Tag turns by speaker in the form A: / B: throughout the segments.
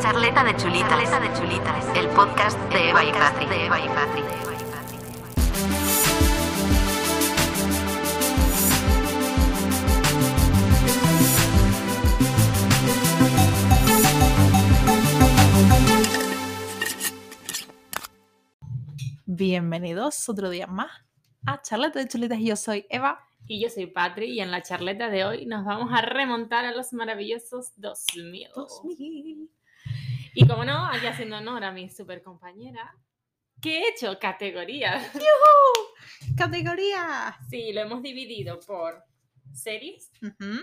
A: Charleta de chulitas. Charleta de chulitas. El podcast de Eva y Patri. De Eva y Patri.
B: Bienvenidos otro día más a Charleta de Chulitas. Yo soy Eva.
C: Y yo soy Patri y en la charleta de hoy nos vamos a remontar a los maravillosos 2000.
B: 2000.
C: Y como no, aquí haciendo honor a mi super compañera, que he hecho categorías.
B: ¡Yujú! ¡Categoría!
C: Sí, lo hemos dividido por series,
B: Ujú,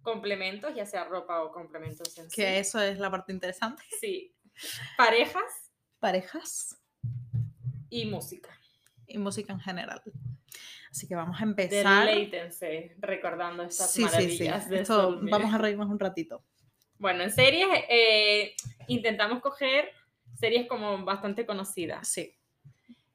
C: complementos, ya sea ropa o complementos en
B: Que
C: sí.
B: eso es la parte interesante.
C: Sí. Parejas
B: Parejas
C: y música.
B: y música en general. Así que vamos a
C: De
B: empezar.
C: Leitense, recordando estas
B: Sí, sí, sí.
C: maravillas de
B: Esto,
C: estos 2000.
B: vamos a reírnos un ratito.
C: Bueno, en series eh, intentamos coger series como bastante conocidas.
B: Sí,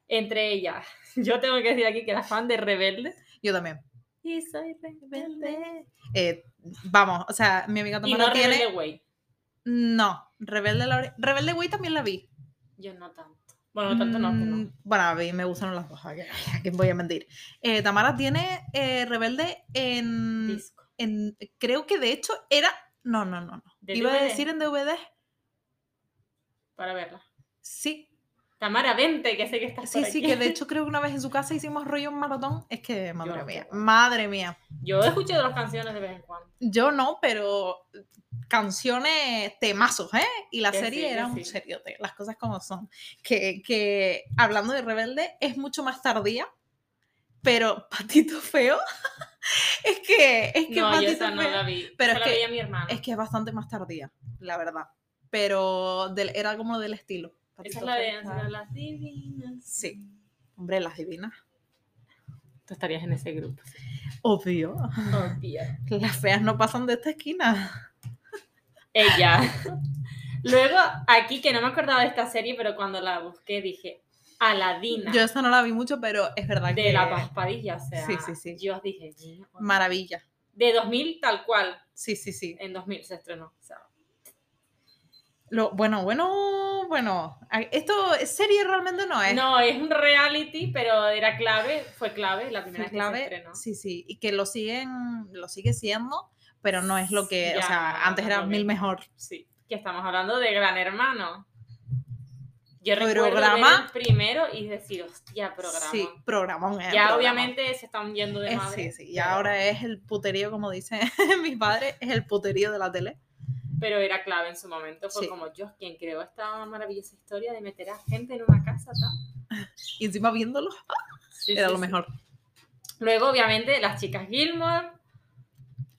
C: Entre ellas, yo tengo que decir aquí que era fan de Rebelde.
B: yo también.
C: Y soy rebelde.
B: Eh, vamos, o sea, mi amiga
C: Y
B: Tamara
C: no
B: tiene.
C: Rebelde Way.
B: No, Rebelde la ori- Rebelde Way también la vi.
C: Yo no tanto. Bueno, tanto no, que no.
B: Mm, Bueno, a mí me gustan las dos, ¿a qué- a quién voy a mentir? Eh, Tamara tiene eh, Rebelde en,
C: Disco.
B: en- Creo que de hecho era. No, no, no. no.
C: ¿De
B: Iba a
C: DVD?
B: decir en DVD.
C: Para verla.
B: Sí,
C: Tamara, vente, que sé que estás
B: sí,
C: por
B: sí,
C: aquí.
B: que de hecho creo que una vez en su casa hicimos rollo un maratón. Es que, madre
C: no
B: mía,
C: puedo.
B: madre mía.
C: Yo he escuchado las canciones de vez en cuando.
B: Yo no, pero canciones temazos, ¿eh? Y la
C: Que sí,
B: serie
C: que
B: era
C: sí.
B: un seriote, las cosas como son. Que, que hablando de Rebelde es mucho más tardía, pero Patito Feo es que es que
C: No, yo
B: Patito
C: esa no
B: Feo
C: la vi.
B: pero
C: Pero
B: es
C: la
B: que-
C: vi a mi hermano.
B: es que es bastante más tardía, la verdad. Pero del- era como del estilo. Patito
C: Esa es la de
B: Feo está-
C: Ansiedad las Divinas.
B: Sí. Hombre, las divinas.
C: Tú estarías en ese grupo.
B: Obvio.
C: Oh, tía.
B: Las feas no pasan de esta esquina.
C: Ella. Luego, aquí que no me acordaba de esta serie, pero cuando la busqué dije, Aladina.
B: Yo esa no la vi mucho, pero es verdad
C: de
B: que...
C: la paspadilla, o sea,
B: Sí, sí, sí.
C: yo dije, "Mira, bueno".
B: Maravilla.
C: de 2000 tal cual,
B: Sí, sí, sí.
C: en 2000 se estrenó. o sea,
B: Lo, bueno, bueno, bueno. A- Esto es serie realmente no es.
C: No, es un reality, pero era clave, fue clave la
B: Fue
C: primera vez que se
B: clave.
C: estrenó.
B: Sí, sí. Y que lo siguen, lo sigue siendo, pero no es lo que, o
C: Ya,
B: sea, antes
C: no
B: era
C: lo
B: mil
C: mismo.
B: mejor.
C: Sí, que estamos hablando de Gran Hermano. Yo recuerdo
B: Programa.
C: ver el primero y decir, hostia, programa.
B: Sí, programón. eh,
C: ya
B: programón.
C: obviamente se están yendo de
B: Eh,
C: madre.
B: sí, sí. Y ahora es el puterío, como dicen mis padres, es el puterío de la tele.
C: Pero era clave en su momento, fue
B: Sí.
C: como yo quien creó esta maravillosa historia de meter a gente en una casa, tal.
B: Y encima viéndolo,
C: Sí,
B: era
C: sí,
B: lo
C: sí.
B: mejor.
C: Luego, obviamente, las chicas Gilmore.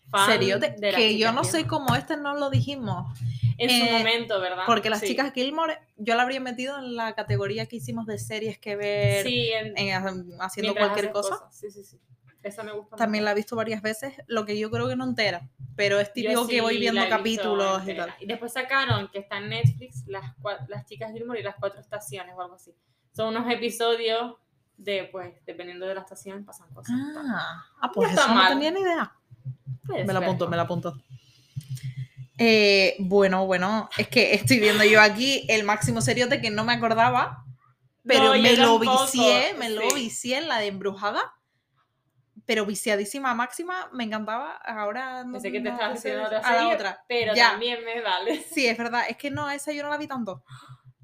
C: fan
B: Seriote,
C: de las
B: que yo
C: chicas
B: no sé
C: Gilmore.
B: cómo este no lo dijimos.
C: En su
B: eh,
C: momento, ¿verdad?
B: Porque las
C: Sí.
B: chicas Gilmore, yo la habría metido en la categoría que hicimos de series que ver,
C: Sí, en-
B: en- haciendo
C: mientras
B: cualquier
C: haces
B: cosa.
C: cosas. Sí, sí, sí. Esa me gusta
B: También
C: mucho.
B: la he visto varias veces, lo que yo creo que no entera, pero es
C: Yo
B: típico que
C: sí
B: voy viendo
C: la he visto
B: capítulos y
C: entera.
B: tal.
C: Y después sacaron que está en Netflix las, cua- las chicas Gilmore y las cuatro estaciones o algo así. Son unos episodios de, pues, dependiendo de la estación, pasan cosas. tal.
B: Ah, ah, pues
C: está
B: eso no
C: mal.
B: tenía ni idea.
C: Puedes
B: Me la
C: ver.
B: apunto, me la apunto. Eh, bueno, bueno, es que estoy viendo yo aquí el máximo seriote que no me acordaba, pero
C: No, yo
B: me lo
C: tampoco,
B: vicié, me lo
C: sí.
B: vicié en la de embrujada, pero viciadísima máxima, me encantaba. Ahora no
C: Pensé que te
B: no
C: estabas
B: sé
C: diciendo
B: decir-
C: otra
B: a la
C: serie,
B: otra.
C: Pero
B: Ya.
C: también me vale.
B: Sí, es verdad, es que no, esa yo no la vi tanto.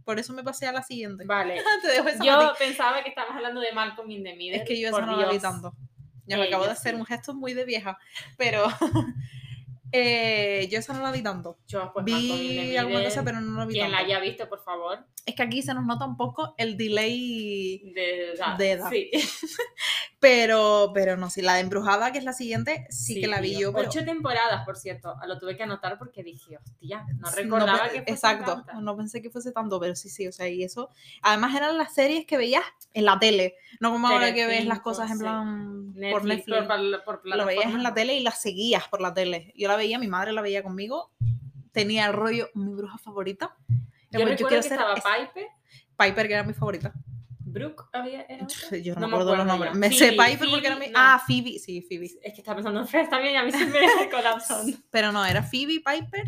B: Por eso me pasé a la siguiente.
C: Vale.
B: Te dejo esa para ti.
C: Yo pensaba que estábamos hablando de Malcolm in the Middle.
B: Pues, Es que yo eso
C: por
B: no la vi
C: Dios.
B: tanto. Ya me
C: Eh,
B: acabo
C: yo
B: de hacer
C: sí.
B: un gesto muy de vieja, pero eh, yo esa no la vi tanto.
C: Yo, pues, Malcolm in the
B: vi
C: Middle.
B: alguna cosa, pero no la vi
C: Quien
B: tanto.
C: la haya visto, por favor.
B: Es que aquí se nos nota un poco el delay,
C: De edad.
B: De edad.
C: Sí.
B: pero, pero no, sí, la de embrujada, que es la siguiente, sí, que la vi
C: tío.
B: yo, pero
C: Ocho temporadas, por cierto. Lo tuve que anotar porque dije, hostia, no
B: no
C: recordaba
B: pe-
C: que fuesen
B: Exacto,
C: tantas.
B: no pensé que fuese tanto, pero sí, sí, o sea, y eso. Además eran las series que veías en la tele, no como ahora que ves las
C: Telecinco,
B: cosas en
C: sí.
B: plan por
C: Netflix,
B: Netflix.
C: por, por, por
B: lo veías en la
C: plataformas.
B: tele y la seguías por la tele. Yo la veía, mi madre la veía conmigo. Tenía el rollo, mi bruja favorita.
C: Yo,
B: Era como,
C: recuerdo
B: quiero
C: que
B: ser
C: estaba
B: es-
C: Piper,
B: Piper, que era mi favorita.
C: Brooke, había, era otra.
B: Yo no,
C: No
B: me
C: me
B: acuerdo los
C: acuerdo
B: nombres.
C: ya.
B: Me sé
C: Phoebe,
B: Piper porque era mi.
C: Phoebe, no.
B: Ah, Phoebe, sí, Phoebe.
C: Es que estaba pensando en Friends también y a mí se me colapsó.
B: Pero no, era Phoebe, Piper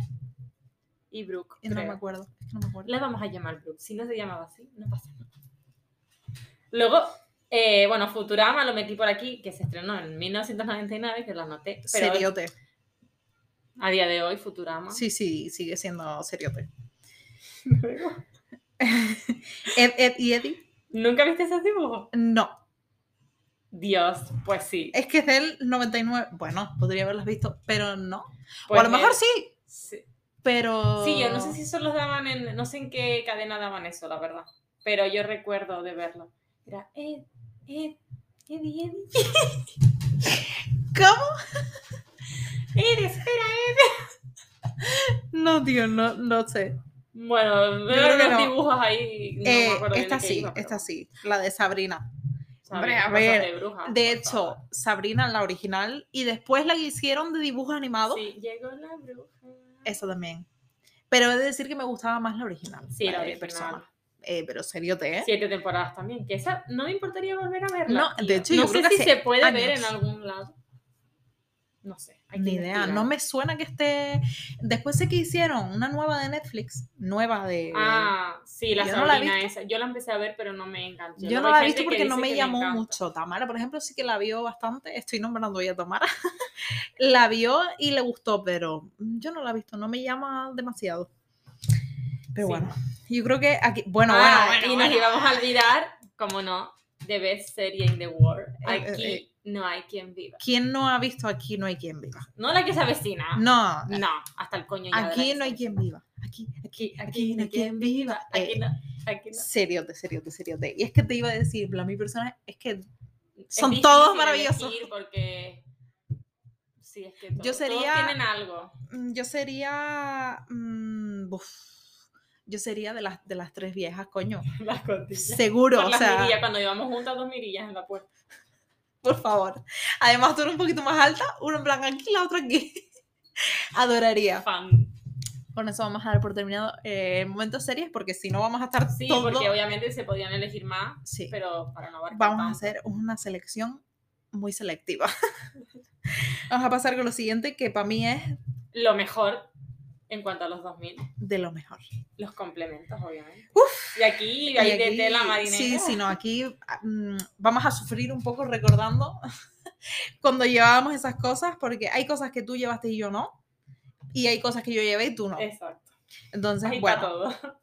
C: y Brooke.
B: Eh, No me
C: creo.
B: acuerdo, es que no me acuerdo.
C: La vamos a llamar Brooke. Si no se llamaba así, no pasa nada. Luego, eh, bueno, Futurama lo metí por aquí, que se estrenó en 1999, que lo anoté. Pero
B: Seriote.
C: a día de hoy, Futurama.
B: Sí, sí, sigue siendo seriote. Ed, Ed y Eddie,
C: ¿Nunca viste esos dibujos?
B: no.
C: Dios, pues sí.
B: Es que es del 99. Bueno, podría haberlas visto, pero no.
C: Pues
B: o a lo mejor
C: es-
B: sí,
C: sí.
B: pero.
C: Sí, yo no sé si eso los daban en. No sé en qué cadena daban eso, la verdad. Pero yo recuerdo de verlo. Era Ed, Ed, Eddie, Eddie.
B: ¿Cómo?
C: Ed, espera, Ed.
B: No, tío, no, no sé.
C: Bueno,
B: creo que
C: veo los
B: no.
C: dibujos ahí. No
B: Eh,
C: me acuerdo bien
B: esta
C: de qué
B: sí,
C: iba, pero-
B: esta sí, la de Sabrina. Hombre,
C: Sabrina,
B: a
C: cosas
B: ver,
C: De, brujas,
B: De
C: Ah, por
B: hecho,
C: favor.
B: Sabrina, la original, y después la que hicieron de dibujos animados,
C: Sí, llegó la bruja.
B: eso también. Pero he de decir que me gustaba más la original.
C: Sí, la
B: de
C: original.
B: Persona. Eh, pero seriote, ¿eh?
C: Siete temporadas también. Que esa no me importaría volver a verla.
B: No, de
C: tío.
B: hecho,
C: no
B: yo
C: sé
B: creo que
C: si
B: hace
C: se puede ver en
B: años.
C: algún lado. No sé. hay que
B: Ni idea,
C: investigar.
B: no me suena que esté... Después sé que hicieron una nueva de Netflix, nueva de...
C: Ah, sí, la
B: yo no la he
C: Sabrina esa. Yo la empecé a ver, pero no me enganché.
B: Yo
C: Luego
B: no
C: hay
B: la he visto
C: gente que
B: porque no
C: dice
B: me
C: que
B: llamó
C: encanta.
B: mucho. Tamara, por ejemplo, sí que la vio bastante. Estoy nombrando ya a Tamara. la vio y le gustó, pero yo no la he visto. No me llama demasiado. Pero
C: Sí.
B: bueno, yo creo que aquí... Bueno,
C: Ah,
B: bueno, bueno,
C: y
B: bueno.
C: nos íbamos a olvidar, como no, de Best Serie in the World.
B: Eh, eh,
C: Aquí
B: eh.
C: no hay quien viva.
B: ¿Quién no ha visto aquí no hay quien viva?
C: No la que se avecina.
B: No,
C: No, hasta el coño. ya de la
B: aquí
C: que
B: no hay
C: se
B: quien viva. Aquí, aquí,
C: Aquí,
B: aquí no hay
C: aquí,
B: quien viva.
C: Aquí
B: Eh,
C: no, aquí no.
B: Seriote, seriote, seriote. Y es que te iba a decir, la mi persona es que
C: Es
B: Son
C: difícil
B: todos maravillosos.
C: elegir Porque... Sí, es que todos,
B: Yo
C: todos
B: sería-
C: tienen algo.
B: mm, yo sería. mm, uf, yo sería de las, de las tres viejas, coño.
C: Las cotillas.
B: Seguro,
C: Por
B: o
C: las
B: sea,
C: mirillas, cuando íbamos juntas dos mirillas en la puerta.
B: por favor. Además, tú eres un poquito más alta, uno en plan aquí, la otra aquí. Adoraría.
C: Fan.
B: Con eso vamos a dar por terminado eh, momentos series, porque si no vamos a estar
C: Sí,
B: todo.
C: porque obviamente se podían elegir más,
B: Sí.
C: pero para no abarcar
B: vamos a
C: tanto.
B: hacer una selección muy selectiva. vamos a pasar con lo siguiente, que para mí es
C: Lo mejor en cuanto a los 2000,
B: de lo mejor.
C: los complementos, obviamente. y aquí hay
B: Y
C: de
B: aquí-
C: tela marinera.
B: Sí, sí, no, aquí ah, mm, vamos a sufrir un poco recordando cuando llevábamos esas cosas, porque hay cosas que tú llevaste y yo no, y hay cosas que yo llevé y tú no.
C: Exacto.
B: Entonces,
C: Ahí está
B: bueno,
C: Eh, todo.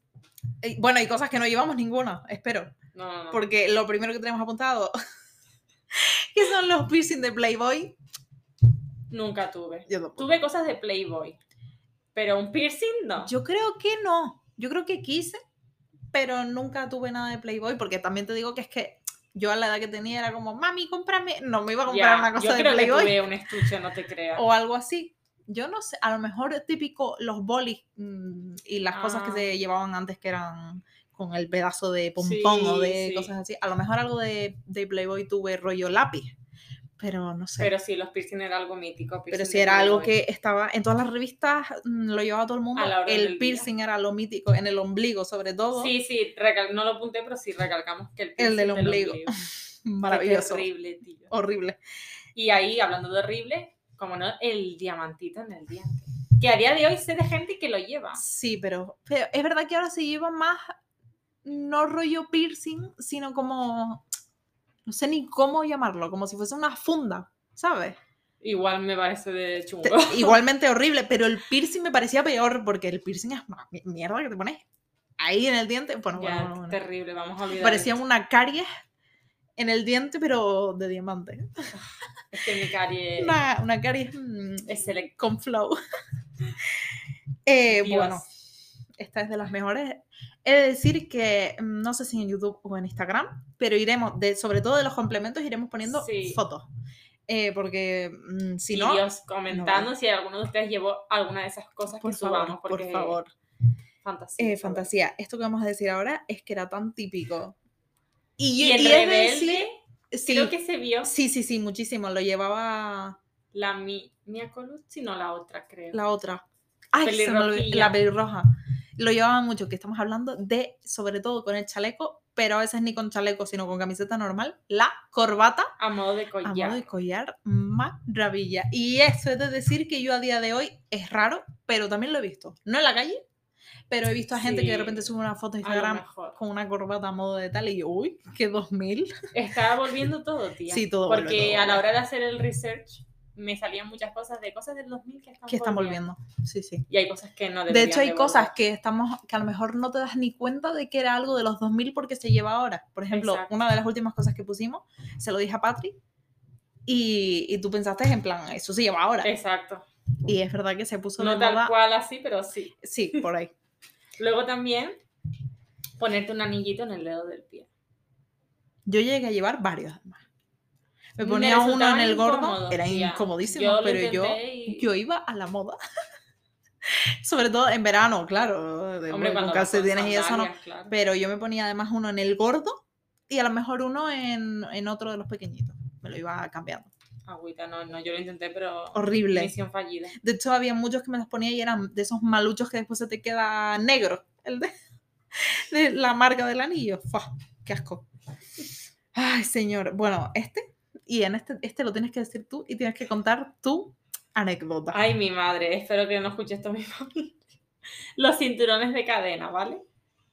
B: eh, bueno, hay cosas que no llevamos ninguna, espero,
C: No, no, no.
B: porque lo primero que tenemos apuntado, que son los piercing de Playboy,
C: Nunca tuve.
B: yo tampoco.
C: Tuve cosas de Playboy, pero un piercing no.
B: Yo creo que no. Yo creo que quise, pero nunca tuve nada de Playboy, porque también te digo que es que yo a la edad que tenía era como, mami, cómprame. No me iba a comprar
C: Ya,
B: una
C: yo
B: cosa de
C: creo
B: Playboy Oh,
C: que tuve un estuche, no te creas.
B: o algo así. Yo no sé, a lo mejor es típico los bolis mm, y las cosas que
C: Ah.
B: se llevaban antes que eran con el pedazo de pompón o
C: Sí,
B: de
C: sí.
B: cosas así. A lo mejor algo de, de Playboy tuve rollo lápiz, pero no sé. Pero,
C: Pero sí, los piercing era algo mítico. piercing
B: si
C: de
B: era algo
C: Playboy.
B: que estaba en todas las revistas, mm, lo llevaba todo el mundo.
C: A la orden del
B: El
C: día.
B: piercing era lo mítico, en el ombligo sobre todo.
C: Sí, sí, recal- no lo apunté, pero sí recalcamos que el piercing
B: El del ombligo.
C: Qué
B: Maravilloso.
C: terrible, tío.
B: Horrible.
C: Y ahí, hablando de horrible, como no, el diamantito en el diente. Que a día de hoy sé de gente que lo lleva.
B: Sí, pero, pero es verdad que ahora se lleva más, no rollo piercing, sino como, no sé ni cómo llamarlo, como si fuese una funda, ¿sabes?
C: Igual me parece de chungo.
B: Te- Igualmente horrible, pero el piercing me parecía peor porque el piercing es una mi- mierda que te pones ahí en el diente. Bueno,
C: Ya,
B: bueno, bueno, bueno.
C: terrible, vamos a olvidar.
B: Parecía
C: esto.
B: una caries en el diente, pero de diamante.
C: Es que mi carie
B: Una, una caries mm,
C: es selectiva.
B: con flow. Eh, bueno, esta es de las mejores. He de decir que mm, no sé si en YouTube o en Instagram, pero iremos, de, sobre todo de los complementos, iremos poniendo
C: Sí.
B: fotos. Eh, porque mm, si
C: y
B: no,
C: Dios, comentando si alguno de ustedes llevó alguna de esas cosas
B: por
C: que
B: favor,
C: subamos.
B: por
C: porque
B: favor.
C: Fantasía.
B: Eh,
C: ¿sabes?
B: fantasía, esto que vamos a decir ahora es que era tan típico. Y,
C: Y el
B: y es de
C: rebelde,
B: decir- sí,
C: creo que se vio
B: sí, sí, sí, muchísimo. Lo llevaba
C: la mi, Mia Colucci, no la otra, creo.
B: la otra. Ay, se me olvidó,
C: Pelirrojilla.
B: la pelirroja. Lo llevaba mucho, que estamos hablando de, sobre todo con el chaleco, pero a veces ni con chaleco, sino con camiseta normal, la corbata
C: A modo de
B: a
C: collar.
B: modo de collar, maravilla. Y eso es de decir que yo a día de hoy es raro, pero también lo he visto. No en la calle, Pero he visto a gente que de
C: Sí.
B: repente sube una foto de
C: A lo
B: Instagram
C: mejor.
B: con una corbata a modo de tal y yo, uy, que 2000.
C: Estaba volviendo todo, tía.
B: Sí, todo vuelve,
C: Porque
B: todo
C: a la
B: vuelve.
C: hora de hacer el research me salían muchas cosas de cosas del 2000 que están,
B: Que están volviendo. Sí, sí.
C: Y hay cosas que no
B: De
C: deberían
B: hecho, hay
C: volver.
B: cosas que estamos que a lo mejor no te das ni cuenta de que era algo de los 2000 porque se lleva ahora. Por ejemplo,
C: Exacto.
B: una de las últimas cosas que pusimos, se lo dije a Patri y, y tú pensaste en plan, eso se lleva ahora.
C: Exacto.
B: Y es verdad que se puso de
C: No tal
B: moda.
C: cual así, pero sí.
B: Sí, por ahí.
C: Luego también ponerte un anillito en el dedo del pie.
B: Yo llegué a llevar varios además. Me
C: Me
B: ponía uno en
C: resultaban
B: el gordo,
C: incómodos,
B: era
C: tía.
B: incomodísimo,
C: Yo lo
B: pero yo,
C: intenté y-
B: yo iba a la moda. Sobre todo en verano, claro. de-
C: Hombre,
B: con
C: cuando vas con
B: calcetines y eso no.
C: sandalias, claro.
B: Pero yo me ponía además uno en el gordo y a lo mejor uno en, en otro de los pequeñitos. Me lo iba cambiando.
C: Agüita, no, no, yo lo intenté, pero
B: Horrible.
C: misión fallida.
B: De hecho, había muchos que me las ponía y eran de esos maluchos que después se te queda negro. El de, de la marca del anillo. ¡Fua! ¡Qué asco! Ay, señor. Bueno, este. Y en este, este lo tienes que decir tú y tienes que contar tu anécdota.
C: Ay, mi madre, espero que no escuche esto mi familia. Los cinturones de cadena, ¿vale?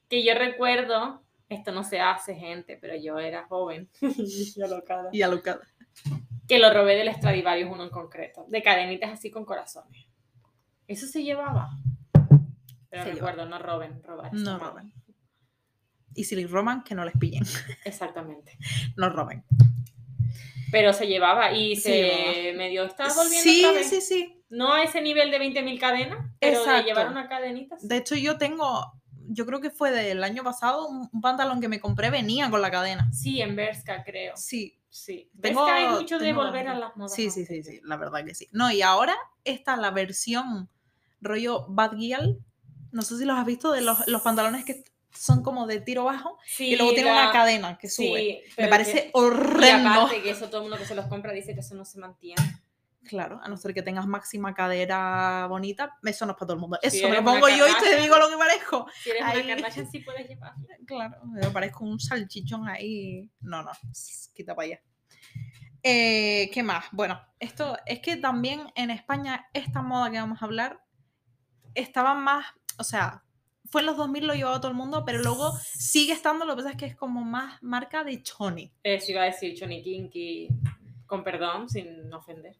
C: Que yo recuerdo, esto no se hace, gente, pero yo era joven. y alocada.
B: Y alocada.
C: que lo robé del Stradivarius uno en concreto, de cadenitas así con corazones. Eso se llevaba. Pero
B: Se
C: recuerdo, no roben, robar. está
B: No
C: mal.
B: roben. Y si les roban, que no les pillen.
C: Exactamente.
B: No roben.
C: Pero se llevaba y
B: Se
C: se,
B: llevaba.
C: medio estaba volviendo
B: sí,
C: otra vez.
B: sí, sí.
C: No a ese nivel de 20.000 cadenas, pero de
B: Exacto.
C: llevar una cadenita. sí.
B: De hecho, yo tengo, yo creo que fue del año pasado, un, un pantalón que me compré venía con la cadena.
C: Sí, en Berska, creo.
B: Sí,
C: Sí.
B: Tengo-
C: Berska hay mucho de
B: tengo la
C: volver a
B: verdad.
C: las modas.
B: sí,
C: ¿no?
B: sí, sí, sí, la verdad que sí. No, y ahora está la versión rollo Bad Girl, no sé si los has visto, de los, los pantalones que son como de tiro bajo
C: Sí,
B: y luego tienen
C: la-
B: una cadena que sube.
C: sí, pero
B: me
C: que-
B: parece
C: Y
B: horrendo.
C: aparte que eso todo el mundo que se los compra dice que eso no se mantiene.
B: Claro, a no ser que tengas máxima cadera bonita, eso no es para todo el mundo. Eso me lo
C: eres una
B: pongo yo y te
C: Kardashian.
B: digo lo que parezco.
C: Si eres
B: Ay.
C: una Kardashian sí puedes llevarlo.
B: Claro, me parezco un salchichón ahí. No, no, s- quita para allá. Eh, ¿Qué más? Bueno, esto es que también en España esta moda que vamos a hablar estaba más, o sea, fue en los 2000 lo llevaba todo el mundo, pero luego sigue estando, lo que pasa es que es como más marca de choni.
C: Eh, sí iba a decir Johnny Kinky, con perdón, sin ofender.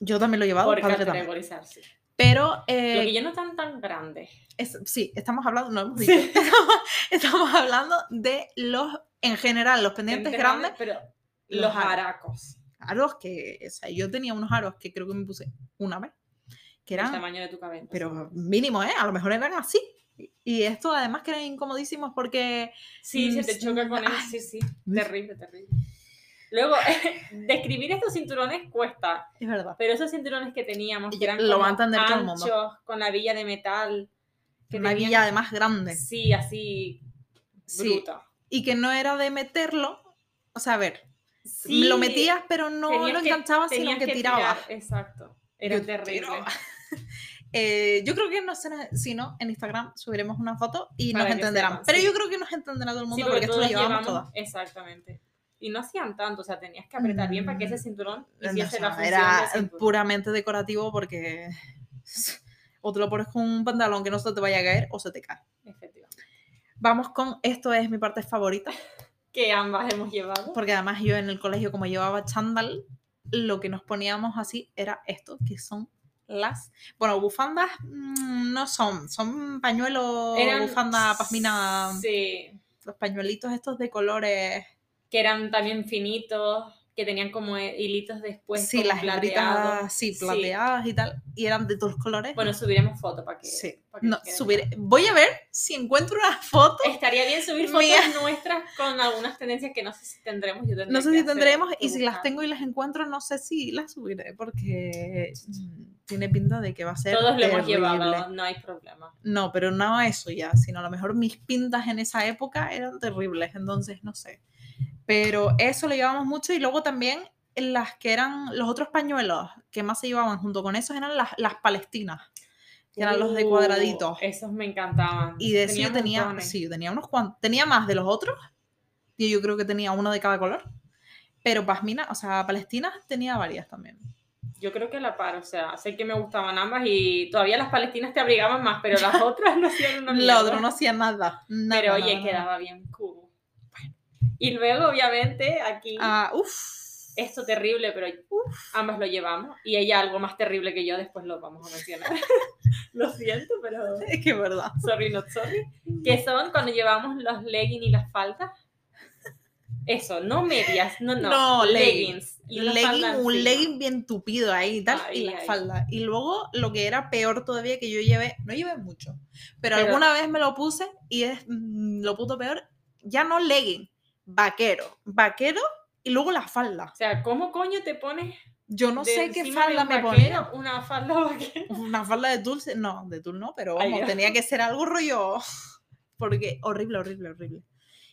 B: Yo también lo he llevado,
C: Por
B: padre también.
C: categorizarse.
B: Pero
C: Los
B: eh,
C: que ya no están tan grandes.
B: es- sí, estamos hablando, no hemos dicho, estamos, estamos hablando de los, en general, los pendientes
C: Gente
B: grandes
C: grande, pero
B: los
C: los
B: aros.
C: aracos.
B: aros que, o sea, yo tenía unos aros que creo que me puse una vez, que
C: El
B: eran,
C: tamaño de tu cabeza.
B: pero mínimo, ¿eh? A lo mejor eran así. Y esto además que eran incomodísimos porque
C: Sí, se te
B: Mm,
C: choca con eso.
B: ay.
C: Sí, sí. Terrible, terrible. Luego, describir estos cinturones cuesta,
B: es verdad.
C: pero esos cinturones que teníamos
B: Y
C: que eran
B: lo
C: como
B: va a entender todo el mundo.
C: anchos, con la villa de metal. que
B: Una
C: tenían-
B: villa además grande.
C: Sí, así,
B: Sí.
C: bruta.
B: Y que no era de meterlo, o sea, a ver,
C: Sí,
B: lo metías pero no
C: tenías
B: lo
C: que-
B: enganchabas, sino
C: tenías
B: que,
C: tirar,
B: tirabas.
C: Exacto. Era
B: Yo
C: terrible.
B: tiraba. Eh, yo creo que no sé si no, en Instagram subiremos una foto y
C: Para
B: nos
C: que
B: entenderán.
C: sepan,
B: pero
C: sí.
B: yo creo que nos entenderá todo el mundo
C: Sí,
B: porque,
C: porque
B: esto lo
C: todos
B: llevamos
C: llevamos.
B: todas.
C: Exactamente. Y no hacían tanto, o sea, tenías que apretar bien para que ese cinturón
B: Mm. No,
C: hiciese la
B: no,
C: función
B: era
C: de cinturón.
B: puramente decorativo porque o te lo pones con un pantalón que no se te vaya a caer o se te cae.
C: Efectivamente.
B: Vamos con esto es mi parte favorita,
C: Que ambas hemos llevado.
B: porque además yo en el colegio como llevaba chándal, lo que nos poníamos así era esto, que son las, bueno, bufandas mm, no son, son pañuelos, bufanda, pasmina,
C: Sí.
B: los pañuelitos estos de colores,
C: Que eran también finitos, que tenían como eh, hilitos después.
B: sí,
C: como
B: las
C: plateados.
B: hembritas así plateadas y tal, y eran de todos colores.
C: Bueno, subiremos fotos para que.
B: Sí.
C: para que
B: No,
C: quede
B: subir. Voy a ver si encuentro una foto.
C: claro. Estaría bien subir fotos
B: Mía.
C: nuestras con algunas tendencias que no sé si tendremos. yo tendré
B: No sé
C: que
B: si
C: hacer-
B: tendremos.
C: que
B: Y si las
C: buscar.
B: tengo y las encuentro, no sé si las subiré porque mm, tiene pinta de que va a ser.
C: Todos lo hemos
B: terrible.
C: llevado, no hay problema.
B: No, pero no a eso ya, sino a lo mejor mis pintas en esa época eran terribles, entonces no sé. Pero eso lo llevamos mucho y luego también en las que eran los otros pañuelos que más se llevaban junto con esos eran las, las palestinas, que eran los de
C: Uh,
B: cuadraditos.
C: Esos me encantaban.
B: Y de sí yo tenía,
C: montones.
B: sí, yo tenía unos cuantos, tenía más de los otros, y yo creo que tenía uno de cada color, pero pasmina, o sea, palestinas tenía varias también.
C: Yo creo que a la par, o sea, sé que me gustaban ambas y todavía las palestinas te abrigaban más, pero las otras no hacían una
B: La
C: mierda.
B: otra no hacía nada. nada,
C: Pero oye,
B: nada, nada.
C: quedaba bien cool. Bueno. Y luego, obviamente, aquí,
B: Ah, uff.
C: esto terrible, pero ambas lo llevamos. Y ella algo más terrible que yo, después lo vamos a mencionar. lo siento, pero
B: Es que es verdad.
C: sorry, not sorry. Que son cuando llevamos los leggings y las faldas. Eso, no medias, no, no.
B: No,
C: leggings. y las
B: Legging,
C: faldas
B: un
C: encima.
B: legging bien tupido ahí y tal, y
C: Ahí,
B: la
C: ahí.
B: falda. Y luego lo que era peor todavía que yo llevé, no llevé mucho, pero,
C: Pero-
B: alguna vez me lo puse y es mm, lo puto peor, ya no legging, vaquero, vaquero y luego la falda.
C: O sea, ¿cómo coño te pones
B: Yo no
C: de
B: sé qué
C: encima de
B: falda
C: un
B: me ponía.
C: vaquero Una falda vaquera.
B: Una falda de dulce, no, de tul no, pero
C: Ay,
B: vamos,
C: Dios.
B: tenía que ser algo rollo, porque horrible, horrible, horrible.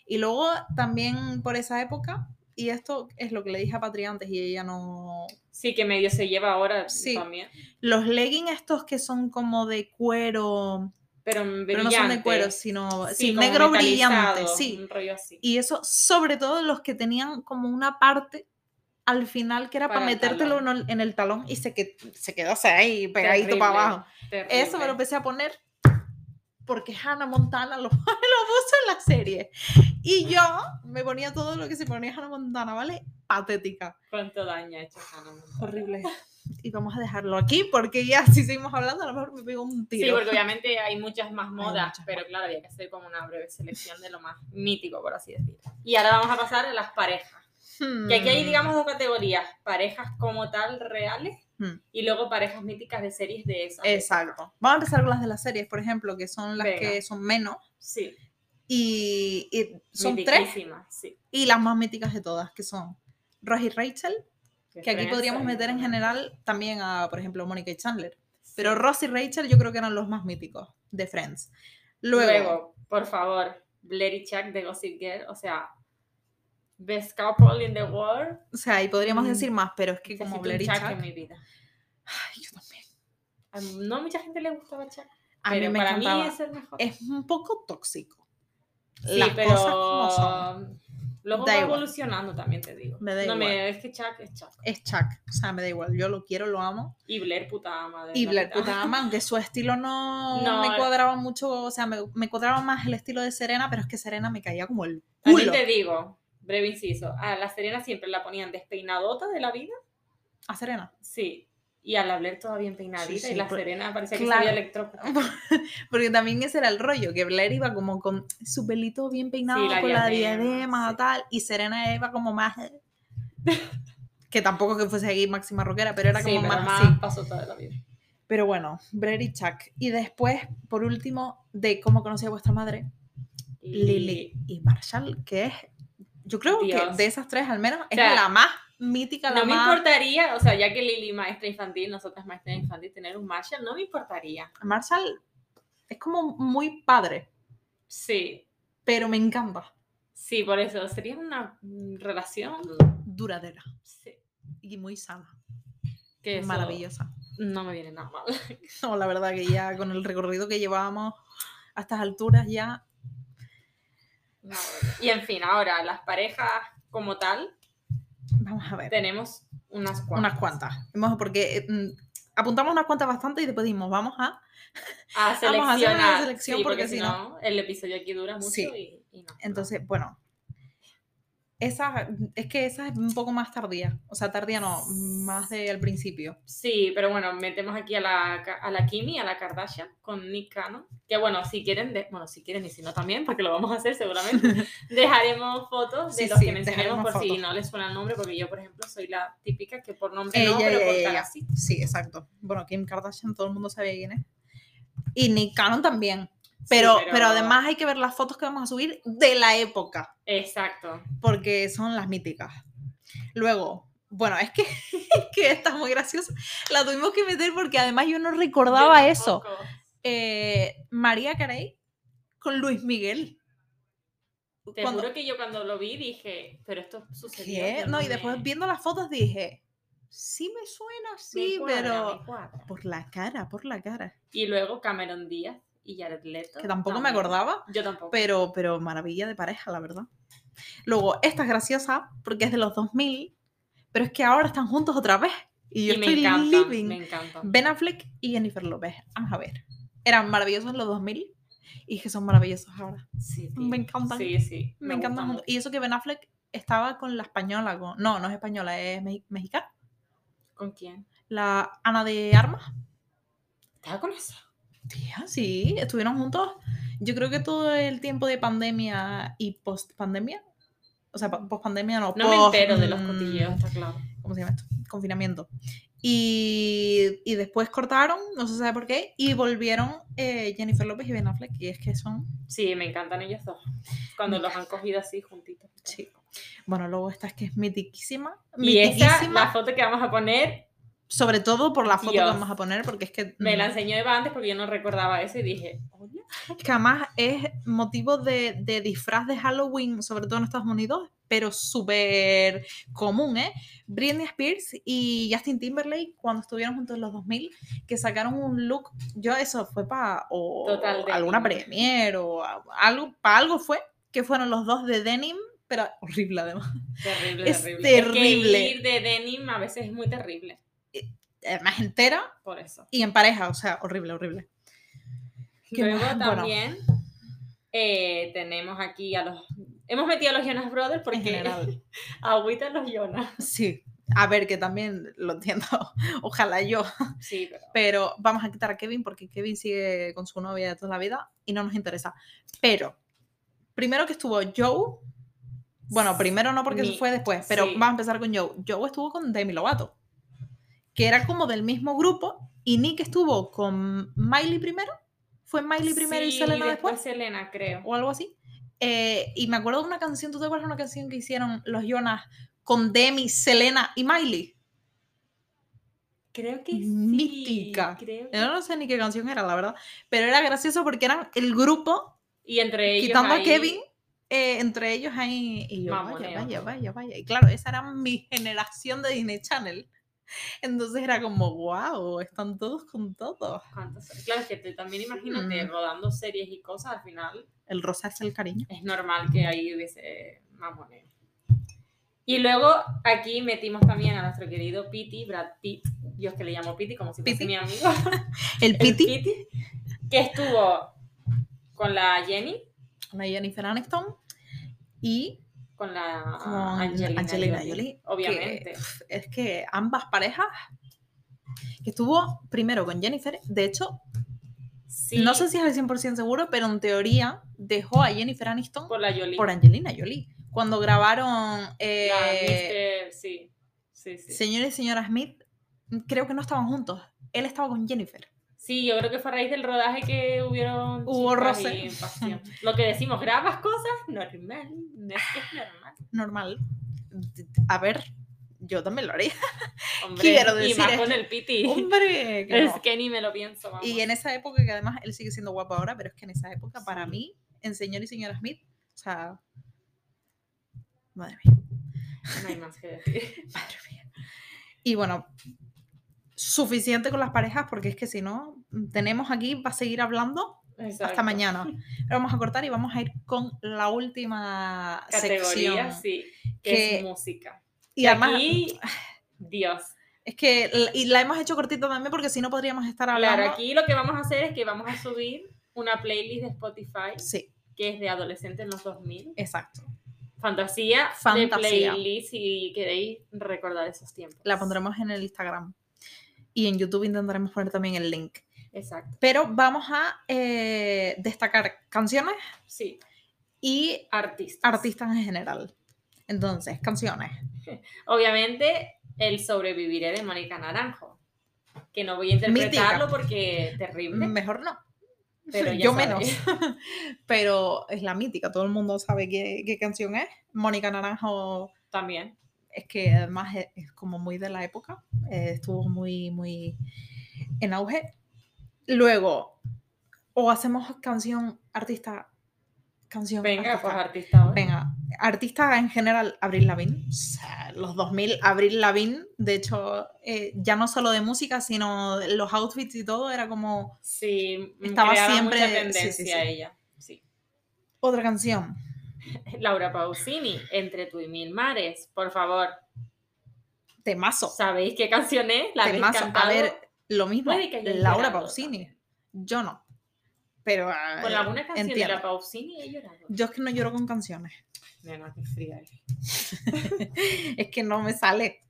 B: Y luego también por esa época, y esto es lo que le dije a Patria antes y ella no,
C: Sí, que medio se lleva ahora
B: Sí.
C: también.
B: Los leggings estos que son como de cuero,
C: Pero, mm,
B: pero no son de cuero,
C: brillantes.
B: sino
C: Sí,
B: sí,
C: como
B: negro
C: metalizado,
B: brillante, sí.
C: Un rollo así.
B: Y eso, sobre todo los que tenían como una parte al final que era para,
C: Para el
B: metértelo en el, en el talón y se, que, se quedase ahí pegadito
C: Terrible,
B: para abajo. Eso me
C: terrible.
B: lo empecé a poner porque Hannah Montana lo, lo puso en la serie. Y yo me ponía todo lo que se ponía Hannah Montana, ¿vale? Patética.
C: ¿Cuánto daño ha hecho Hannah Montana?
B: Horrible. Y vamos a dejarlo aquí porque ya si seguimos hablando a lo mejor me pego un tiro.
C: Sí, porque obviamente hay muchas más modas,
B: muchas
C: pero claro, había que hacer como una breve selección de lo más mítico, por así decirlo. Y ahora vamos a pasar a las parejas. Que aquí hay,
B: Hmm.
C: digamos, dos categorías. Parejas como tal, reales,
B: Hmm.
C: y luego parejas míticas de series de esas.
B: Exacto. Vamos a empezar con las de las series, por ejemplo, que son las
C: Venga.
B: que son menos.
C: Sí,
B: Y, y son tres.
C: mitiquísimas, sí.
B: Y las más míticas de todas, que son Ross y Rachel, que aquí
C: Friends,
B: podríamos meter en
C: obviamente.
B: general también a, por ejemplo, Mónica y Chandler.
C: Sí.
B: Pero Ross y Rachel yo creo que eran los más míticos de Friends. Luego,
C: Luego, por favor, Blair y Chuck de Gossip Girl, o sea, best couple in the world.
B: o sea, y podríamos
C: Mm.
B: decir más, pero es que como
C: Necesito un
B: Blair y
C: Chuck
B: Chuck-
C: en mi vida.
B: Ay, yo también.
C: A m- No mucha gente le gustaba Chuck,
B: A
C: pero
B: mí me
C: para
B: encantaba.
C: mí es el mejor.
B: es un poco tóxico.
C: Sí,
B: Las
C: pero
B: cosas como son.
C: luego
B: Da
C: va
B: igual.
C: evolucionando también, te digo.
B: Me da
C: no,
B: igual.
C: me, es que Chuck es Chuck.
B: Es Chuck, o sea, me da igual, yo lo quiero, lo amo.
C: Y Blair, puta madre.
B: Y
C: la
B: Blair
C: puta.
B: Kutama, aunque su estilo no,
C: No,
B: me
C: eh.
B: cuadraba mucho, o sea, me, me cuadraba más el estilo de Serena, pero es que Serena me caía como el
C: También
B: culo.
C: te digo, breve inciso, a la Serena siempre la ponían despeinadota de la vida,
B: A Serena.
C: sí. Y a la Blair todavía empeinadita
B: Sí, sí,
C: y la
B: por-
C: Serena parecía que
B: claro.
C: se había electrocutada.
B: Porque también ese era el rollo, que Blair iba como con su pelito bien peinado,
C: la
B: con la
C: diadema,
B: diadema,
C: sí.
B: tal, y Serena iba como más... que tampoco que fuese aquí máxima rockera, pero era
C: Sí,
B: como
C: pero
B: más,
C: más
B: así.
C: pasó toda la vida.
B: Pero bueno, Blair y Chuck. Y después, por último, de cómo conocí a vuestra madre,
C: Y-
B: Lily y Marshall, que es, yo creo
C: Dios.
B: que de esas tres al menos, es
C: sea,
B: la más mítica, la
C: No me
B: más...
C: importaría, o sea, ya que Lili maestra infantil, nosotras maestra infantil, tener un Marshall, no me importaría.
B: Marshall es como muy padre,
C: Sí,
B: pero me encanta,
C: sí, por eso. Sería una mm, relación
B: duradera
C: sí,
B: y muy sana,
C: que eso
B: maravillosa.
C: No me viene nada mal.
B: No, la verdad que ya con el recorrido que llevábamos a estas alturas ya...
C: No, bueno. y en fin, ahora, las parejas como tal,
B: Vamos a ver,
C: tenemos unas cuantas.
B: unas cuantas. Hemos- porque eh, mm, apuntamos unas cuantas bastante y después dijimos, vamos a...
C: A
B: hacer una
C: seleccionar.
B: selección
C: sí,
B: porque si
C: si
B: no-
C: no, el episodio aquí dura mucho
B: Sí.
C: y, y no.
B: Entonces, bueno. Esa, es que esa es un poco más tardía. O sea, tardía no, más de al principio.
C: Sí, pero bueno, metemos aquí a la, Ka- a la Kimi, a la Kardashian, con Nick Cannon. Que bueno, si quieren, de- bueno, si quieren y si no también, porque lo vamos a hacer seguramente, dejaremos fotos de
B: Sí,
C: los
B: sí,
C: que mencionemos
B: dejaremos
C: por si
B: fotos.
C: no les suena el nombre, porque yo, por ejemplo, soy la típica que por nombre no,
B: Ella,
C: pero
B: ella,
C: por
B: ella.
C: cara sí.
B: Sí, exacto. Bueno, Kim Kardashian, todo el mundo sabe quién es. Y Nick Cannon también. Pero, pero... además hay que ver las fotos que vamos a subir de la época,
C: Exacto.
B: porque son las míticas. Luego, bueno, es que, es que esta es muy graciosa. La tuvimos que meter porque además yo no recordaba
C: Yo
B: eso.
C: tampoco.
B: Eh, María Carey con Luis Miguel.
C: Te
B: Cuando-
C: juro que yo cuando lo vi dije, pero esto sucedió.
B: ¿Qué?
C: yo
B: No, y después
C: me-
B: viendo las fotos dije, sí me suena,
C: me
B: sí,
C: cuadra,
B: pero...
C: me cuadra".
B: Por la cara, por la cara.
C: Y luego Cameron Díaz y Jared Leto.
B: Que tampoco me
C: también.
B: acordaba,
C: Yo tampoco.
B: pero, pero maravilla de pareja, la verdad. Luego, esta es graciosa porque es de los 2000, pero es que ahora están juntos otra vez. Y yo
C: Y me
B: estoy
C: encanta,
B: living.
C: me encanta.
B: Ben Affleck y Jennifer López. Vamos a ver. Eran maravillosos en los 2000 y que son maravillosos ahora.
C: Sí, tío.
B: Me encantan.
C: Sí, sí.
B: Me, encantan.
C: gustan
B: juntos. Y eso que Ben Affleck estaba con la española. con- No, no es española, es mexi- mexicana.
C: mucho. ¿Con quién?
B: La Ana de Armas.
C: ¿Estaba con eso?
B: Tía, sí, estuvieron juntos. Yo creo que todo el tiempo de pandemia y post pandemia. O sea, post pandemia no.
C: No me
B: post-
C: entero de los
B: mm,
C: cotilleos, está claro.
B: ¿Cómo se llama esto? Confinamiento. Y, y después cortaron, no se sabe por qué, y volvieron eh, Jennifer López y Ben Affleck. Y es que son.
C: Sí, me encantan ellos dos. Cuando los han cogido así juntitos.
B: Sí. Bueno, luego esta es que es mitiquísima.
C: Y esa,
B: Mitiquísima.
C: la foto que vamos a poner,
B: Sobre todo por la foto que
C: Dios.
B: vamos a poner, porque es que.
C: me la
B: mm,
C: enseñó Eva antes porque yo no recordaba eso y dije, hola.
B: que además es motivo de, de disfraz de Halloween, sobre todo en Estados Unidos, pero súper común, ¿eh? Britney Spears y Justin Timberlake, cuando estuvieron juntos en los 2000, que sacaron un look, yo eso fue para
C: Total denim.
B: alguna premiere o a- algo, para algo fue, que fueron los dos de denim, pero horrible además.
C: Terrible,
B: Es
C: terrible.
B: terrible.
C: Es que ir de denim a veces es muy terrible.
B: Además entera
C: Por eso.
B: y en pareja, o sea, horrible, horrible. ¿Qué
C: Luego
B: más? Bueno.
C: también eh, tenemos aquí a los. Hemos metido a los Jonas Brothers
B: En
C: porque
B: general.
C: agüita los Jonas.
B: Sí. A ver, que también lo entiendo. Ojalá yo
C: Sí, pero.
B: pero vamos a quitar a Kevin porque Kevin sigue con su novia de toda la vida y no nos interesa. Pero, primero que estuvo Joe, bueno, primero no porque
C: Mi-
B: se fue después, pero
C: sí.
B: vamos a empezar con Joe. Joe estuvo con Demi Lovato, que era como del mismo grupo, y Nick estuvo con Miley primero, fue Miley primero y
C: Sí,
B: Selena después,
C: Selena, creo.
B: o algo así. Eh, y me acuerdo de una canción, ¿tú te acuerdas de una canción que hicieron los Jonas con Demi, Selena y Miley?
C: Creo que sí.
B: Mítica.
C: creo que-
B: Yo no sé ni qué canción era, la verdad. Pero era gracioso porque eran el grupo,
C: Y entre ellos.
B: quitando
C: ahí-
B: a Kevin, eh, entre ellos ahí. Y yo, vaya,
C: Mamoneo.
B: vaya, vaya, vaya. Y claro, esa era mi generación de Disney Channel. Entonces era como, wow, están todos con todos.
C: ¿Cuántos son? Claro, es que te- también imagínate
B: Mm.
C: rodando series y cosas, al final
B: El rosa es el cariño.
C: es normal que ahí hubiese mamoneo. Y luego aquí metimos también a nuestro querido Pity, Brad Pitt, yo es que le llamo Pity como si fuese
B: Pitti.
C: mi amigo,
B: El
C: el
B: Pity,
C: Pitti, que estuvo con la Jenny,
B: la Jennifer Aniston. Y
C: con la
B: Con
C: Angelina,
B: Angelina
C: Jolie,
B: Jolie, que-
C: obviamente.
B: es que ambas parejas que estuvo primero con Jennifer, de hecho,
C: Sí,
B: no sé si es al 100% seguro, pero en teoría dejó a Jennifer Aniston
C: por la Jolie.
B: por Angelina Jolie. Cuando grabaron eh,
C: la Mr. Sí, sí, sí.
B: Señor y Señora Smith, creo que no estaban juntos. Él estaba con Jennifer.
C: Sí, yo creo que fue a raíz del rodaje que hubieron
B: Hubo
C: chispas
B: roce.
C: y pasión. Lo que decimos, grabas cosas, normal, no es que es normal.
B: Normal. A ver, yo también lo haría.
C: Hombre,
B: Quiero
C: y
B: decir
C: más
B: esto.
C: con el piti.
B: Hombre, que
C: Es
B: no.
C: que ni me lo pienso, vamos.
B: Y en esa época, que además él sigue siendo guapo ahora, pero es que en esa época, para
C: Sí.
B: mí, en Señor y Señora Smith, o sea. Madre mía.
C: No hay más que decir.
B: Madre mía. Y bueno, suficiente con las parejas porque es que si no, tenemos aquí para seguir hablando hasta
C: Exacto.
B: mañana. Pero vamos a cortar y vamos a ir con la última
C: Categoría,
B: sección.
C: sí, que,
B: que-
C: es música.
B: Y además,
C: aquí, Dios.
B: es que la- y la hemos hecho cortita también porque si no podríamos estar hablando.
C: Claro, aquí lo que vamos a hacer es que vamos a subir una playlist de Spotify
B: Sí,
C: que es de adolescentes en los 2000.
B: exacto.
C: Fantasía,
B: Fantasía.
C: de playlist si queréis recordar esos tiempos.
B: La pondremos en el Instagram. Y en YouTube intentaremos poner también el link.
C: Exacto,
B: Pero vamos a eh, destacar canciones
C: sí.
B: y
C: Artistas.
B: artistas en general. Entonces, canciones.
C: Obviamente, el sobreviviré de Mónica Naranjo. Que no voy a interpretarlo porque terrible.
B: Mejor no.
C: Pero ya
B: Yo
C: sabes.
B: menos. Pero es la mítica, todo el mundo sabe qué, qué canción es. Mónica Naranjo
C: También.
B: es que además e, es, es como muy de la época, eh, estuvo muy, muy en auge. Luego, o hacemos canción, artista, canción.
C: Venga, pues
B: artista.
C: artista ahora.
B: Venga, artista en general, Abril Lavigne. O sea, los 2000, Abril Lavigne, de hecho, eh, ya no solo de música, sino los outfits y todo, era como
C: Sí,
B: Estaba
C: creaba
B: siempre-
C: mucha
B: sí,
C: tendencia
B: sí, sí.
C: ella. Sí.
B: otra canción.
C: Laura Pausini, Entre tú y mil mares, por favor.
B: Temazo.
C: ¿Sabéis qué canción es? La habéis
B: Temazo. A
C: cantado
B: ver, lo mismo.
C: Puede que yo
B: Laura
C: llorando
B: Pausini. Yo no. Pero. ah,
C: con alguna canción de
B: entiendo.
C: la Pausini he llorado.
B: Yo es que no lloro con canciones.
C: Nena, qué fría eres.
B: es que no me sale.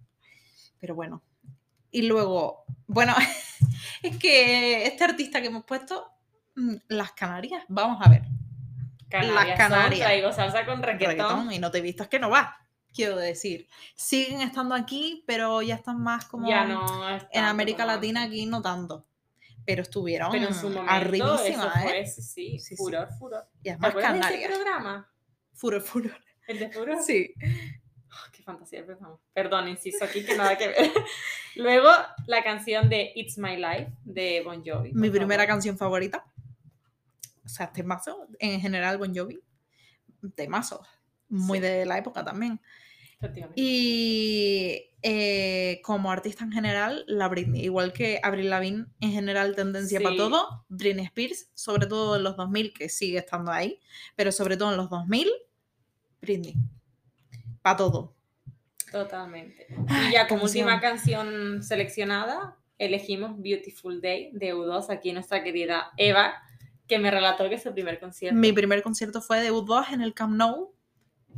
B: Pero bueno. Y luego, bueno, es que este artista que hemos puesto, mm, Las Canarias, vamos a ver.
C: Canarias
B: Las
C: Las
B: Canarias.
C: Traigo salsa con reggaetón.
B: Reggaetón y no te vistas que no va, quiero decir. Siguen estando aquí, pero ya están más como
C: ya no es
B: en
C: tanto
B: América
C: como antes.
B: Latina aquí no tanto. Pero estuvieron
C: Pero en su momento eso
B: arribísimas,
C: fue,
B: ¿eh?
C: sí, sí,
B: Sí, sí.
C: furor, furor.
B: Y
C: ¿Te
B: además
C: acuerdas de ese
B: Canarias.
C: programa?
B: Furor, furor.
C: ¿El de furor?
B: Sí.
C: Oh, qué fantasía de programa. Perdón, insisto aquí que nada que ver. Luego, la canción de It's My Life de Bon Jovi. por
B: Mi primera
C: favor.
B: canción favorita. O sea, temazo. En general, Bon Jovi. Temazo. Muy
C: Sí.
B: de la época también.
C: Efectivamente.
B: Y eh, como artista en general, la Britney. Igual que Avril Lavigne, en general, tendencia para
C: Sí.
B: todo. Britney Spears, sobre todo en los 2000, que sigue estando ahí. Pero sobre todo en los 2000, Britney. Para todo.
C: Totalmente.
B: Ay,
C: Y ya como
B: canción.
C: última canción seleccionada, elegimos Beautiful Day de U2, aquí nuestra querida Eva, que me relató que es su primer concierto.
B: Mi primer concierto fue de U2 en el Camp Nou.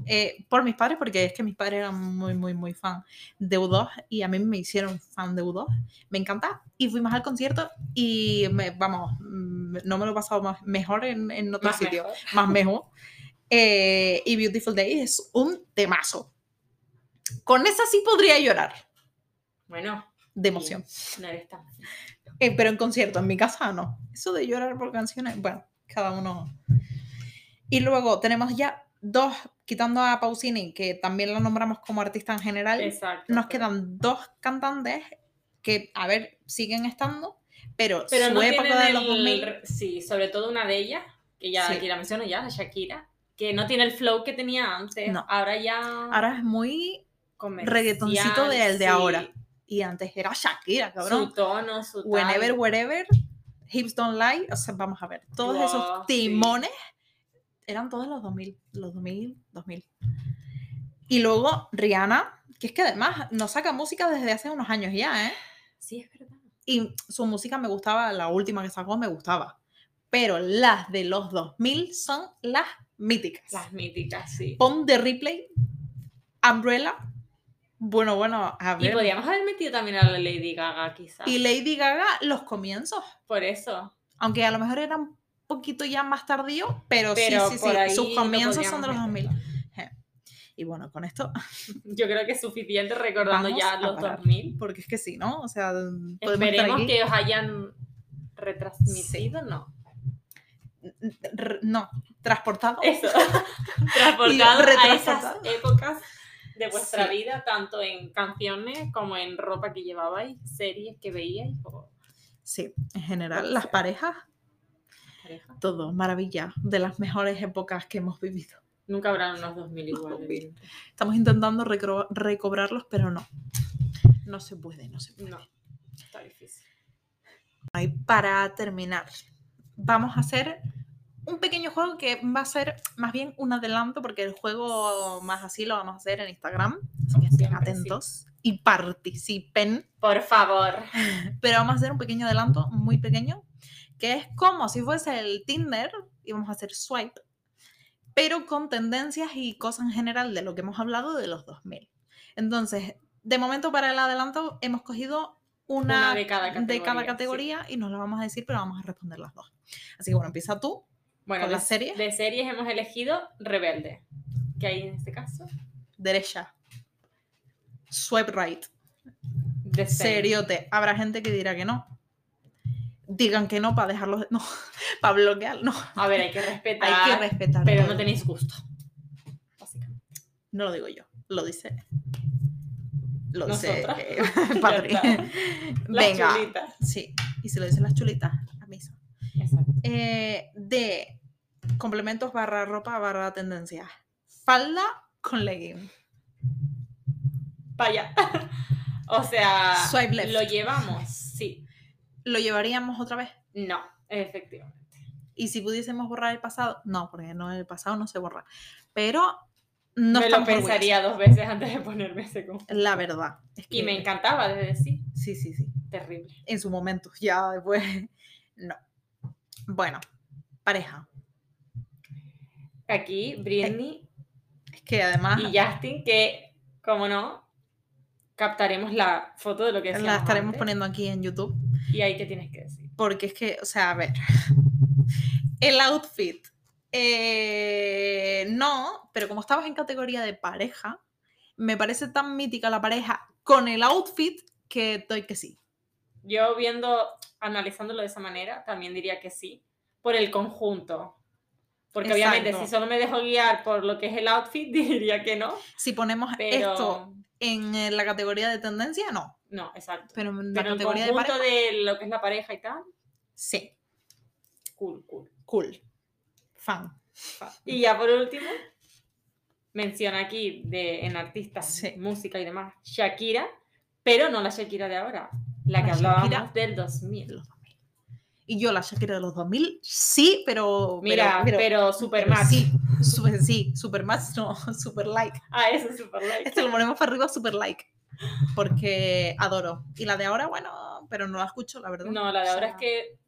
B: eh, por mis padres, porque es que mis padres eran muy, muy, muy fan de U2 y a mí me hicieron fan de U2. Me encanta. Y fuimos al concierto y, me- vamos, mm, no me lo he pasado más, mejor en, en otro
C: Más
B: sitio,
C: mejor.
B: más mejor. Eh, y Beautiful Day es un temazo. Con esa sí podría llorar
C: Bueno,
B: de emoción.
C: no eres tan.
B: Eh, pero en concierto, en mi casa no. Eso de llorar por canciones, bueno, cada uno. Y luego tenemos ya dos, quitando a Pausini, que también la nombramos como artista en general,
C: Exacto.
B: nos quedan dos cantantes que, a ver, siguen estando, pero,
C: Pero
B: su
C: no
B: época de
C: tienen
B: los
C: el-
B: 2000,
C: Sí, sobre todo una de ellas, que ya
B: Sí.
C: aquí la menciono ya, la Shakira, que no tiene el flow que tenía antes.
B: No.
C: Ahora ya.
B: ahora es muy...
C: comercial,
B: reggaetoncito de- el de
C: sí.
B: ahora, Y antes era Shakira,
C: Su
B: cabrón.
C: tono, su tal.
B: Whenever, wherever, Hips Don't Lie, o sea, vamos a ver, todos
C: Wow,
B: esos
C: sí.
B: timones eran todos los 2000, los 2000, 2000. Y luego Rihanna, que es que además nos saca música desde hace unos años ya, ¿eh?
C: Sí, es verdad.
B: Y su música me gustaba, la última que sacó me gustaba. Pero las de los 2000 son las míticas.
C: Las míticas, sí.
B: Pon de replay, Umbrella. Bueno, bueno, a
C: Y
B: ver.
C: podríamos haber metido también a la Lady Gaga, quizás.
B: y Lady Gaga, los comienzos.
C: Por eso.
B: aunque a lo mejor era un poquito ya más tardío, pero,
C: Pero
B: sí, sí,
C: por
B: sí,
C: ahí
B: sus
C: lo
B: comienzos son de los
C: podríamos
B: 2000.
C: meter.
B: Y bueno, con esto,
C: Yo creo que es suficiente recordando
B: Vamos
C: ya
B: a
C: los
B: parar.
C: 2000.
B: porque es que sí, ¿no? O sea, podemos estar
C: Esperemos
B: aquí.
C: que os hayan retransmitido, no.
B: R- No, transportado.
C: Eso. Transportado a esas
B: retransportado.
C: épocas de vuestra
B: Sí.
C: vida, tanto en canciones como en ropa que llevabais, series que veíais o
B: Sí, en general,
C: Puede
B: las
C: ser.
B: parejas,
C: pareja.
B: todo, maravilla, de las mejores épocas que hemos vivido.
C: Nunca habrán unos 2000 iguales.
B: 2000. Estamos intentando recro- recobrarlos, pero no. No se puede, no se puede.
C: No, está difícil.
B: Y para terminar, vamos a hacer un pequeño juego que va a ser más bien un adelanto, porque el juego más así lo vamos a hacer en Instagram. Así que
C: Como
B: estén
C: siempre, sí.
B: atentos y participen.
C: Por favor.
B: Pero vamos a hacer un pequeño adelanto, muy pequeño, que es como si fuese el Tinder y vamos a hacer swipe, pero con tendencias y cosas en general de lo que hemos hablado de los 2000. Entonces, de momento para el adelanto hemos cogido una,
C: Una de cada
B: de cada
C: categoría,
B: categoría y nos la vamos a decir, pero vamos a responder las dos. Así que bueno, empieza tú
C: Bueno,
B: con
C: de,
B: la serie
C: de series hemos elegido Rebelde. que hay en este caso?
B: derecha. Swipe right.
C: De
B: Seriote. Habrá gente que dirá que no. Digan que no para dejarlos. No, para bloquear. No.
C: A ver, hay que respetar.
B: Hay que respetar.
C: Ah, pero no
B: todo.
C: tenéis gusto. Básicamente.
B: No lo digo yo, lo dice. Lo
C: Nosotras.
B: dice eh, Patri.
C: Ya está. Las
B: Venga.
C: chulitas.
B: Sí, y se lo dicen las chulitas a misa.
C: Exacto.
B: Eh, de complementos barra ropa barra tendencia. Falda con legging.
C: Vaya. O sea,
B: Swipe left.
C: lo llevamos, sí.
B: ¿Lo llevaríamos otra vez?
C: No, efectivamente.
B: Y si pudiésemos borrar el pasado, no, porque no, el pasado no se borra. Pero No
C: me lo
B: estamos orgullosas,
C: pensaría dos veces antes de ponerme ese conjunto.
B: La verdad. Es
C: Y
B: que-
C: me encantaba desde sí.
B: Sí, sí, sí.
C: Terrible.
B: En su momento, ya después. No. Bueno, pareja.
C: Aquí, Britney
B: Es que además
C: y Justin, que, como no, captaremos la foto de lo que es.
B: la estaremos poniendo aquí en YouTube.
C: Y ahí, ¿qué tienes que decir?
B: Porque es que, o sea, a ver. El outfit. eh, no, pero como estabas en categoría de pareja, me parece tan mítica la pareja con el outfit que doy que sí.
C: Yo viendo, analizándolo de esa manera, también diría que sí, por el conjunto. Porque obviamente,
B: Exacto.
C: si solo me dejo guiar por lo que es el outfit, diría que no.
B: Si ponemos
C: Pero
B: esto en eh, la categoría de tendencia, no.
C: no, exacto.
B: Pero en la
C: Pero el
B: categoría de
C: conjunto
B: pareja,
C: de lo que es la pareja y tal,
B: sí.
C: cool, cool.
B: Cool. Fan.
C: Y ya por último, menciona aquí de, en artistas,
B: Sí.
C: música y demás, Shakira, pero no la Shakira de ahora, la que
B: La
C: hablábamos
B: Shakira
C: del 2000.
B: Y yo, la Shakira de los 2000, sí, pero.
C: Mira, pero,
B: pero
C: super más.
B: Sí, super, sí, super más, no, super like.
C: Ah, eso es super like.
B: Este lo ponemos para arriba, super like. Porque adoro. Y la de ahora, bueno, pero no la escucho, la verdad.
C: No, la de
B: O
C: ahora es
B: sea,
C: que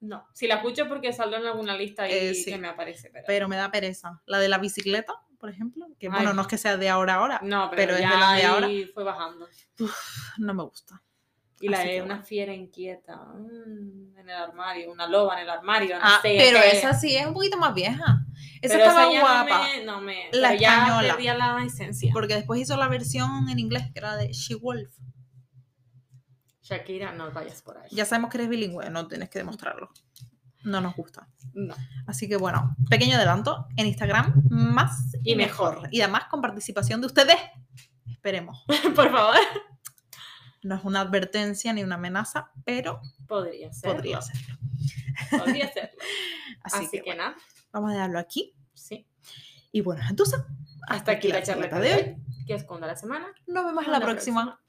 C: no. Si la escucho porque saldrá en alguna lista y
B: Eh, sí.
C: que me aparece, pero,
B: Pero me da pereza. La de la bicicleta, por ejemplo, que
C: Ay.
B: bueno, no es que sea de ahora a ahora,
C: no,
B: pero
C: pero,
B: es de
C: ya
B: la de ahora.
C: ahí fue bajando.
B: no me gusta.
C: Y la
B: Así que
C: de
B: bueno.
C: una fiera inquieta mm, en el armario, una loba en el armario, no
B: Ah,
C: sé. este,
B: pero
C: qué.
B: esa sí es un poquito más vieja. Esa
C: Pero
B: estaba
C: ya no
B: guapa.
C: me- No me,
B: La
C: pero ya
B: española.
C: perdía la esencia.
B: Porque después hizo la versión en inglés que era de She Wolf.
C: Shakira, no vayas por ahí.
B: Ya sabemos que eres bilingüe, no tienes que demostrarlo. No nos gusta.
C: No.
B: Así que bueno, pequeño adelanto en Instagram, más y,
C: Y
B: mejor.
C: mejor.
B: Y además con participación de ustedes. Esperemos.
C: por favor.
B: No es una advertencia ni una amenaza, pero
C: Podría ser.
B: podría ser.
C: Podría ser.
B: Así, que, bueno,
C: nada.
B: vamos a dejarlo aquí.
C: Sí.
B: Y bueno, entonces,
C: Hasta aquí la charla
B: charleta
C: de hoy. Que esconda la semana.
B: Nos vemos en
C: Hasta
B: la
C: la
B: próxima.
C: próxima.